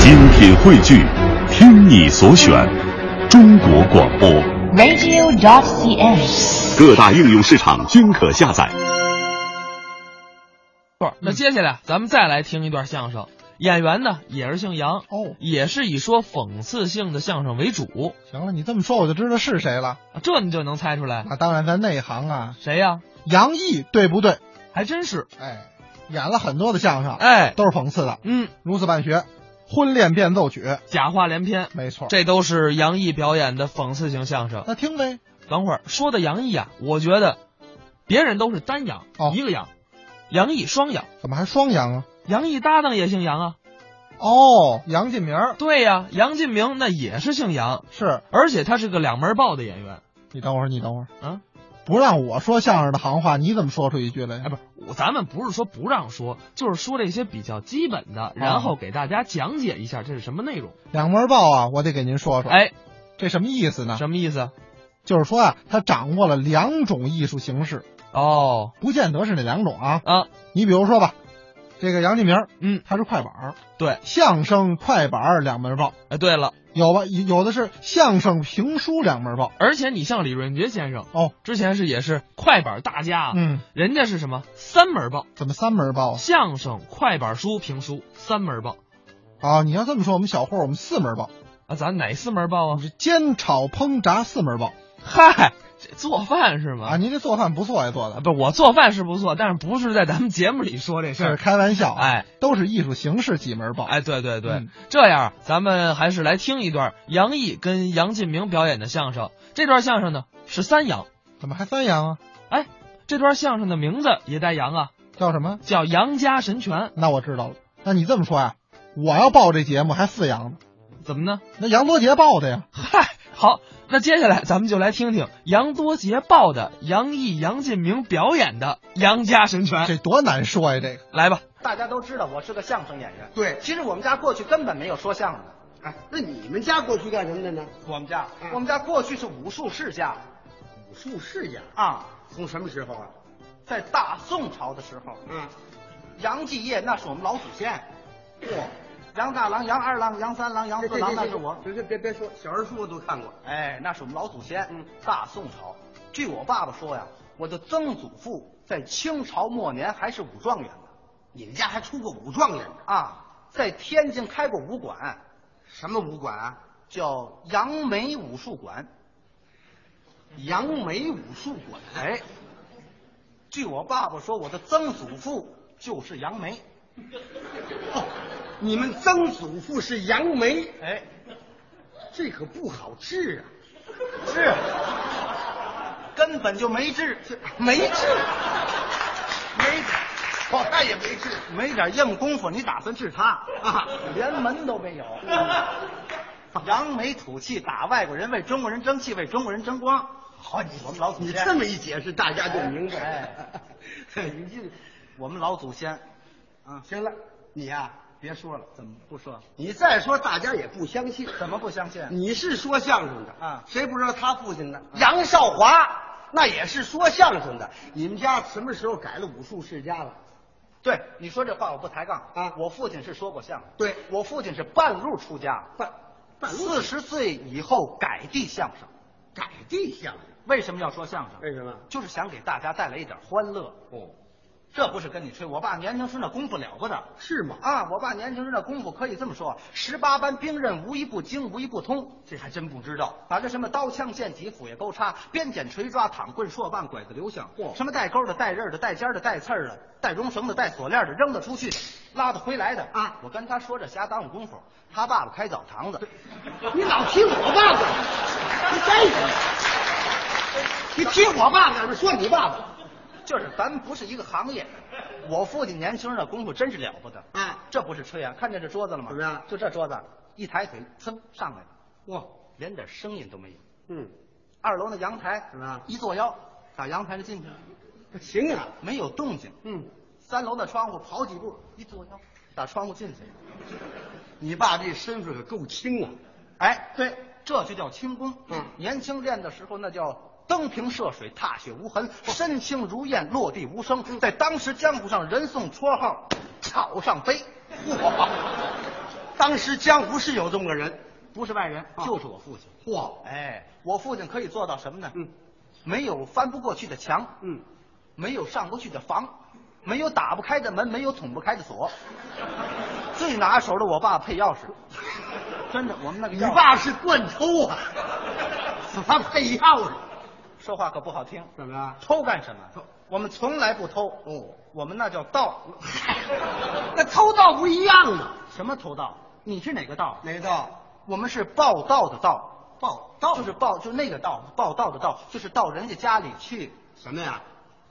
精品汇聚，听你所选，中国广播。 radio.cn。各大应用市场均可下载。不是，那接下来咱们再来听一段相声，演员呢也是姓杨，哦，也是以说讽刺性的相声为主，行了，你这么说我就知道是谁了。啊这你就能猜出来那当然，咱内行啊，谁呀？杨毅对不对？还真是，哎，演了很多的相声，哎，都是讽刺的，嗯，如此办学，婚恋变奏曲，假话连篇，没错。这都是杨毅表演的讽刺性相声。那听呗，等会儿说的杨毅啊，我觉得别人都是单杨，哦一个杨，杨毅双杨，怎么还双杨啊？杨毅搭档也姓杨啊，哦，杨进明儿对呀、杨进明那也是姓杨，是而且他是个两门儿爆的演员。你等会儿，你等会儿啊！不让我说相声的行话，你怎么说出一句来哎，？不是，我咱们不是说不让说，就是说这些比较基本的，然啊后给大家讲解一下这是什么内容。两门报啊，我得给您说说，哎，这什么意思呢？什么意思？就是说啊，他掌握了两种艺术形式，哦不见得是哪两种啊。啊，你比如说吧，这个杨进明儿嗯，他是快板儿，对，相声、快板儿两门报，哎，对了，有吧？有的是相声、评书两门报。而且你像李润杰先生哦，之前是也是快板大家啊，嗯，人家是什么三门报，怎么三门报啊？相声、快板书、评书三门报啊，你要这么说，我们小霍儿我们四门报，啊，咱哪四门报我啊们？是煎、炒、烹、炸四门报嗨，这做饭是吗？啊。您这做饭不错呀，做啊，的不，我做饭是不错，但是不是在咱们节目里说这事这是儿。开玩笑，，啊哎都是艺术形式几门报。，哎，对对对，嗯这样咱们还是来听一段杨毅跟杨进明表演的相声。这段相声呢是三杨，怎么还三阳啊？这段相声的名字也带杨啊，叫什么？叫《杨家神拳》。那我知道了。那你这么说呀、我要报这节目还四阳呢，怎么呢？ 那杨多杰报的呀。嗨，好，那接下来咱们就来听听杨多杰报的杨毅、杨进明表演的《杨家神拳》。这多难说呀、这个来吧，大家都知道我是个相声演员。对其实我们家过去根本没有说相声的。哎，那你们家过去干什么的呢？我们家，嗯我们家过去是武术世家武术世家。啊，从什么时候啊？在大宋朝的时候，嗯，杨继业那是我们老祖先。嚯，杨大郎、杨二郎、杨三郎、杨四郎，那是我。别别别别说，小人书我都看过。哎，那是我们老祖先。嗯，大宋朝。据我爸爸说呀，我的曾祖父在清朝末年还是武状元呢。你们家还出过武状元呢？啊，在天津开过武馆，什么武馆啊？叫杨梅武术馆。杨梅武术馆。哎，据我爸爸说，我的曾祖父就是杨梅。哦，你们曾祖父是杨梅，哎，这可不好治啊！是，啊根本就没治，没治，没哦我看也没治。没点硬功夫，你打算治他啊？连门都没有。 扬眉吐气，打外国人，为中国人争气，为中国人争光。好，你我们老祖你先，这么一解释，大家就明白了哎。 你这，我们老祖先，啊，行了，你呀、别说了，怎么不说？你再说大家也不相信。怎么不相信？你是说相声的啊谁不知道他父亲呢？杨少华，那也是说相声的。你们家什么时候改了武术世家了？对，你说这话我不抬杠啊我父亲是说过相声，对我父亲是半路出家，半半路四十岁以后改地相声。改地相声，为什么要说相声？为什么？就是想给大家带来一点欢乐。哦，这不是跟你吹，我爸年轻时那功夫了不得是吗？啊！我爸年轻时那功夫可以这么说：十八般兵刃，无一不精，无一不通。这还真不知道。把这什么刀枪剑戟斧钺钩叉、鞭锏锤抓、躺棍槊棒、拐子流响，嚯什么带钩的、带刃的、带尖的、带刺儿的、带绒绳的、带锁链的、扔得出去的、拉得回来的啊我跟他说这瞎耽误功夫，他爸爸开澡堂子， 你老踢我爸爸，你干什么？ 你踢我爸爸，说你爸爸就是咱们不是一个 行业。我父亲年轻时那功夫真是了不得啊这不是吹啊，看见这桌子了吗？怎么样就这桌子，一抬腿，噌上来了，哇，连点声音都没有。嗯，二楼那阳台怎么样一坐腰，打阳台就进去了，行啊，没有动静。嗯，三楼那窗户跑几步，一坐腰，打窗户进去。你爸这身份可够轻啊，哎，对，这就叫轻功。嗯年轻练的时候那叫登平涉水，踏雪无哦痕，身轻如燕，落地无声，嗯在当时江湖上人送绰号“草上飞”。哇， 当时江湖是有这么个人，不是外人，啊就是我父亲。嚯，哎，我父亲可以做到什么呢？嗯，没有翻不过去的墙，嗯，没有上不去的房，没有打不开的门，没有捅不开的锁。最拿手的，我爸配钥匙，真的，我们那个你钥匙爸是惯偷 啊，怎么配钥匙？说话可不好听，怎么了？偷干什么？我们从来不偷，哦，我们那叫 盗。那偷盗不一样啊。什么偷盗？你是哪个盗？哪道？我们是报道的道，报道就是报，就是那个道，报道的道，就是到人家家里去，什么呀？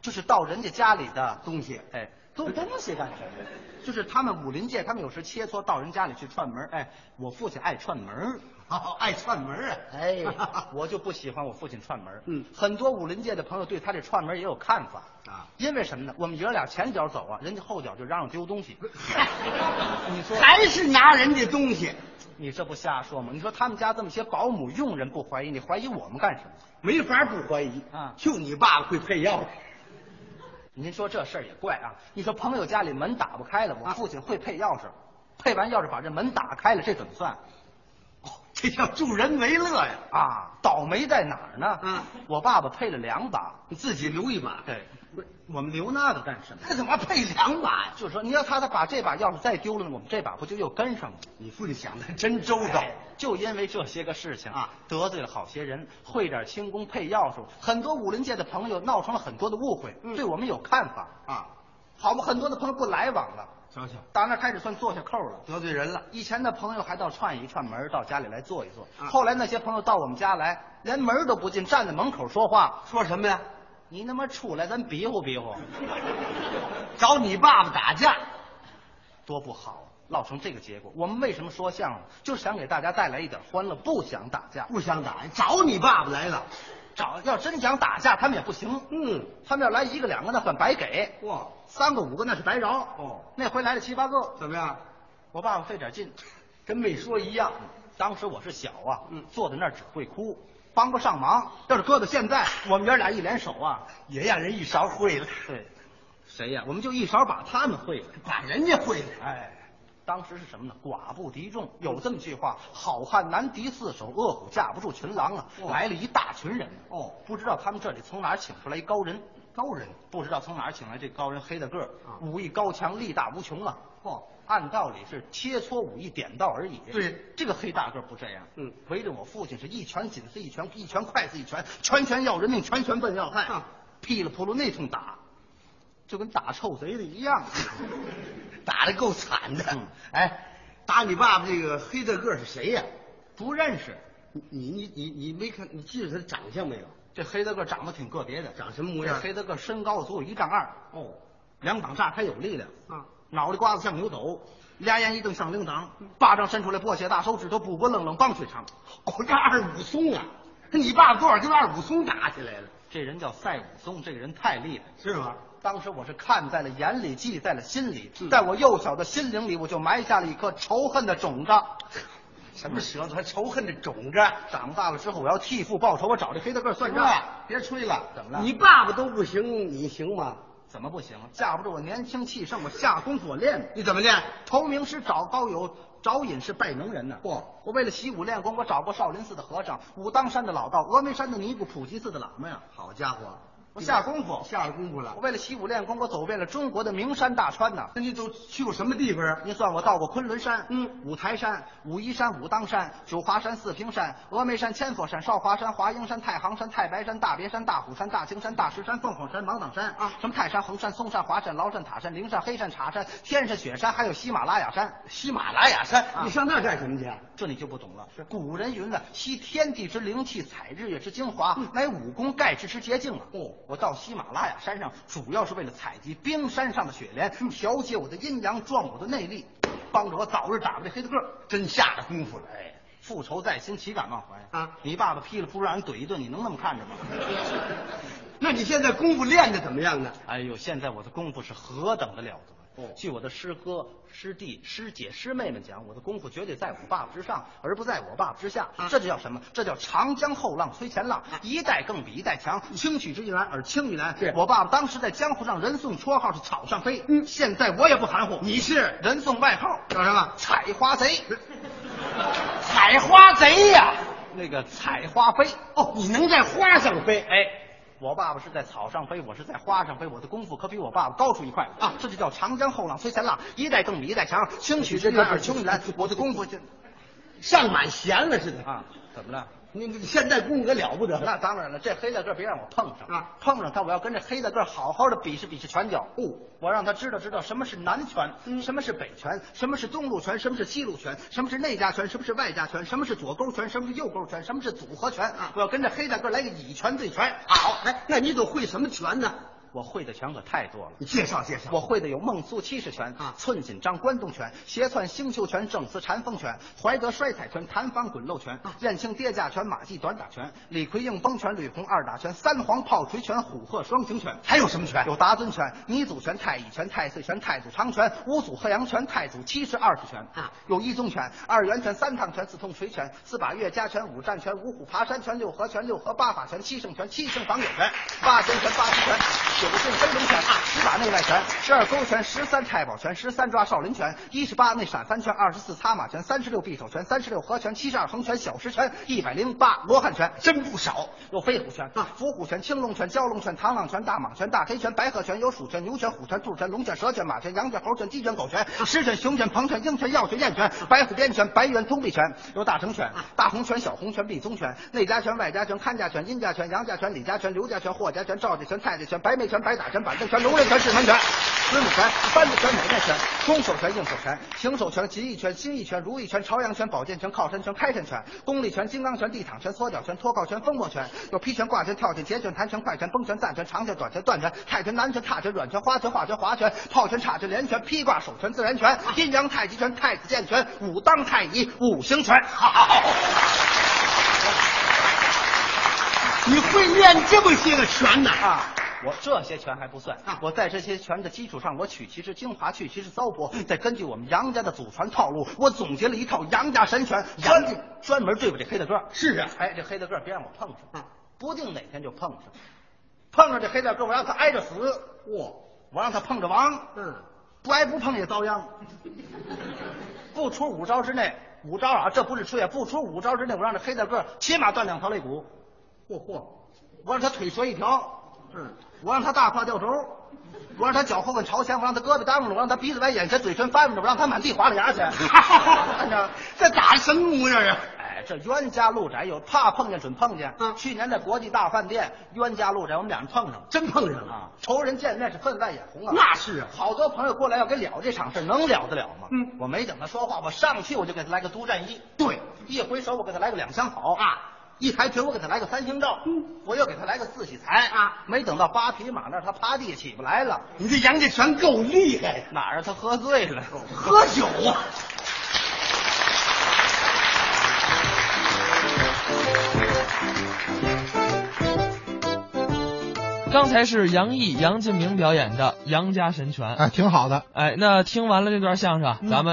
就是到人家家里的东东西。哎，偷东西干什么？就是他们武林界，他们有时切磋到人家里去串门。哎，我父亲爱串门。哦，爱串门啊！哎， 我就不喜欢我父亲串门。嗯很多武林界的朋友对他这串门也有看法啊因为什么呢？我们爷俩前脚走啊，人家后脚就嚷嚷 丢东西。你说还是拿人家东西，你这不瞎说吗？你说他们家这么些保姆佣人不怀疑，你怀疑我们干什么？没法不怀疑啊就你爸爸会配钥匙，您说这事儿也怪啊！你说朋友家里门打不开了，我啊父亲会配钥匙，配完钥匙把这门打开了，这怎么算？这叫助人为乐呀！啊，倒霉在哪儿呢？嗯，我爸爸配了两把。你自己留一把，对，不是我们留那个干什么？那怎么配两把呀？就说你要他他把这把钥匙再丢了呢，我们这把不就又跟上了？哎你父亲想的真周到，就因为这些个事情啊，得罪了好些人，会点轻功配钥匙，很多武林界的朋友闹成了很多的误会，嗯对我们有看法啊。好吧，很多的朋友不来往了，瞧瞧打那开始算坐下扣了。得罪人了。以前的朋友还到串一串门，到家里来坐一坐。啊后来那些朋友到我们家来，连门都不进，站在门口说话说什么呀？：“你他妈出来，咱比划比划， 找你爸爸打架，多不好！”落成这个结果，我们为什么说相声？就是想给大家带来一点欢乐，不想打架。不想打，找你爸爸来了。找要真想打架，他们也不行。嗯，他们要来一个两个，那算白给；哇，三个五个，那是白饶。哦，那回来了七八个，怎么样？我爸爸费 点劲，跟没说一样。当时我是小啊，嗯坐在那儿只会哭，帮不上忙。要是搁到现在，我们爷俩一联手啊，也让人一勺烩了，对，谁呀、我们就一勺把他们会了。把人家烩了。哎，当时是什么呢？寡不敌众，有这么句话：“好汉难敌四手，恶虎架不住群狼啊！”哦来了一大群人。哦不知道他们这里从哪儿请出来一高人，高人不知道从哪儿请来这高人，黑的个儿，啊武艺高强，力大无穷啊！哦，按道理是切磋武艺，点到而已。对，这个黑大个儿不这样。嗯，围着我父亲是一拳紧似一拳，一拳快似一拳，拳拳要人命，拳拳奔要害，啊噼里扑噜那通打，就跟打臭贼的一样。 打的够惨的。嗯哎，打你爸爸这个黑大个儿是谁呀、不认识，你你你你没看？你记着他的长相没有？这黑大个儿长得挺个别的，长什么模样这黑大个儿身高足有一丈二，哦，两膀炸开有力量，啊，脑袋瓜子像牛斗，俩眼一瞪像铃铛，巴掌伸出来破鞋大，手指头补不愣愣棒槌 长。哦，这二武松啊，你爸爸多少跟二武松打起来了，这人叫赛武松，这个人太厉害。是吗？当时我是看在了眼里，记在了心里，在我幼小的心灵里，我就埋下了一颗仇恨的种子。什么舌头还仇恨的种子？长大了之后，我要替父报仇，我找这黑大个儿算账是。啊别吹了，怎么了？你爸爸都不行，你行吗？怎么不行？架不住我年轻气盛，我下功夫我练。你怎么练？投名师找高友，找隐士拜能人呢、嚯我为了习武练功，我找过少林寺的和尚、武当山的老道、峨眉山的尼姑、普吉寺的喇嘛呀。好家伙，我下功夫下了功夫了我。为了习武练功，我走遍了中国的名山大川呐、那你都去过什么地方啊？您算我到过昆仑山、嗯五台山、武夷山、武当山、九华山、四平山、峨眉山、千佛山、少华山、华阴山、太行山、太白山、大别山、大虎山、大青山、大石山、凤凰山、芒砀山啊什么泰山、衡山、嵩山、华山、崂山、塔山、灵山、黑山、茶山、天山、雪山，还有喜马拉雅山。喜马拉雅山啊你上那儿干什么去啊？这你就不懂了。古人云呢，吸天地之灵气，采日月之精华，乃武功盖世之捷径啊！嗯哦我到喜马拉雅山上，主要是为了采集冰山上的雪莲，嗯调节我的阴阳，壮我的内力，帮助我早日打败这黑大个儿。真下了功夫了。哎，复仇在心，岂敢忘怀啊你爸爸噼里扑噜让人怼一顿，你能那么看着吗？那你现在功夫练的怎么样呢？哎呦，现在我的功夫是何等的了得！哦，据我的师哥、师弟、师姐、师妹们讲，我的功夫绝对在我爸爸之上，而不在我爸爸之下。啊这就叫什么？这叫长江后浪推前浪，一代更比一代强。轻取之于蓝而轻于蓝。我爸爸当时在江湖上人送绰号是草上飞，嗯，现在我也不含糊，你是人送外号叫什么？采花贼， 采花贼呀、那个采花飞。哦，你能在花上飞？哎，我爸爸是在草上飞，我是在花上飞，我的功夫可比我爸爸高出一块啊！这就叫长江后浪推前浪，一代更比一代强。轻取之于蓝而轻于蓝，我的功夫就上满弦了似的！啊，怎么了？你你现代功夫可了不得那了，当然了，这黑大个别让我碰上啊！碰上他，我要跟这黑大个好好的比试比试拳脚。哦，我让他知道知道什么是南拳，嗯什么是北拳，什么是东路拳，什么是西路拳，什么是内家拳，什么是外家拳，什么是左勾拳，什么是右勾拳，什么是组合拳。我要跟这黑大个来个以拳对拳。啊好，哎，那你得会什么拳呢？我会的拳可太多了。你介绍介绍。我会的有孟苏七十拳啊寸锦章关东拳、斜窜星球拳、正丝缠风拳、怀德摔彩拳、弹防滚漏拳、啊燕青跌架拳、马季短打拳、李逵硬崩拳、吕红二打拳、三皇炮锤拳、虎鹤双形拳，还有什么拳有达尊拳、泥祖拳、太乙拳、太岁拳、太祖长拳、五祖贺阳拳、太祖七十二式拳啊有一宗拳、二元拳、三趟拳、四通锤拳、四把岳家拳、五战拳、五虎爬山拳、六合拳、六合八法拳、七圣拳、七圣防眼拳、八仙拳、八十拳、九姓飞龙拳、十把内外拳、十二勾拳、十三太保拳、十三抓少林拳、一十八内闪翻拳、二十四擦马拳、三十六匕首拳、三十六合拳、七十二横拳、小十拳、一百零八罗汉拳，真不少。有飞虎拳啊伏虎拳、青龙拳、蛟龙拳、螳螂拳、大蟒拳、大黑拳、白鹤拳，有鼠拳、牛拳、虎拳、兔拳、龙拳、蛇拳、马拳、羊拳、猴拳、鸡拳、狗拳、狮拳、熊拳、鹏拳、鹰拳、药拳、燕拳、白虎鞭拳、白猿通臂拳，有大成拳、大红拳、小红拳、臂宗拳、内家拳、外家拳、看家拳、阴家拳、杨家拳、李家拳、刘家拳、霍家拳、赵家拳、蔡家拳、白眉拳、白打拳、板凳拳、龙人拳、势门拳、子母拳、班子拳、美面拳、空手拳、硬手拳、平手拳、极意拳、心意拳、如意拳、朝阳拳、保健拳、靠山拳、开山拳、功力拳、金刚拳、地躺拳、缩脚拳、脱靠拳、风魔拳，有劈拳、挂拳、跳拳、截拳、弹拳、快拳、崩拳、暂拳、长拳、短拳、断拳、泰拳、南拳、踏拳、软拳、花拳、化拳、划拳、炮拳、叉拳、连拳、劈挂手拳、自然拳、阴阳太极拳、太子剑拳、武当太乙、五行拳。好，你会练这么些个拳呢？啊。我这些拳还不算啊，我在这些拳的基础上，我取其是精华，去其是糟粕，再根据我们杨家的祖传套路，我总结了一套杨家神拳，专专门对付这黑大个儿。是啊，哎，这黑大个儿别让我碰上，嗯不定哪天就碰上。碰上这黑大个儿，我让他挨着死。哇、我让他碰着亡。嗯，不挨不碰也遭 殃。不出五招之内，五招啊，这不是吹啊，不出五招之内，我让这黑大个儿起码断两条肋骨，嚯嚯，我让他腿折一条，嗯，我让他大胯掉轴，我让他脚后跟朝前，我让他胳膊耽误了，我让他鼻子歪，眼神嘴唇翻着，我让他满地划了牙去。哎看着。这打什么模样啊？哎，这冤家路窄，有怕碰见准碰见。嗯去年在国际大饭店，冤家路窄，我们俩人碰上了。真碰上了。啊，仇人见面是分外眼红啊！那是啊好多朋友过来要跟了这场事，能了得了吗？嗯我没等他说话，我上去我就给他来个独占一，对，一回手我给他来个两相好啊，一抬腿我给他来个三星照，嗯，我又给他来个四喜财啊，没等到八匹马那儿，他趴地起不来了，你这杨家拳够厉害呀，哪儿啊他喝醉了，喝酒啊！刚才是杨毅、杨进明表演的《杨家神拳》。哎，挺好的。哎，那听完了这段相声啊，咱们。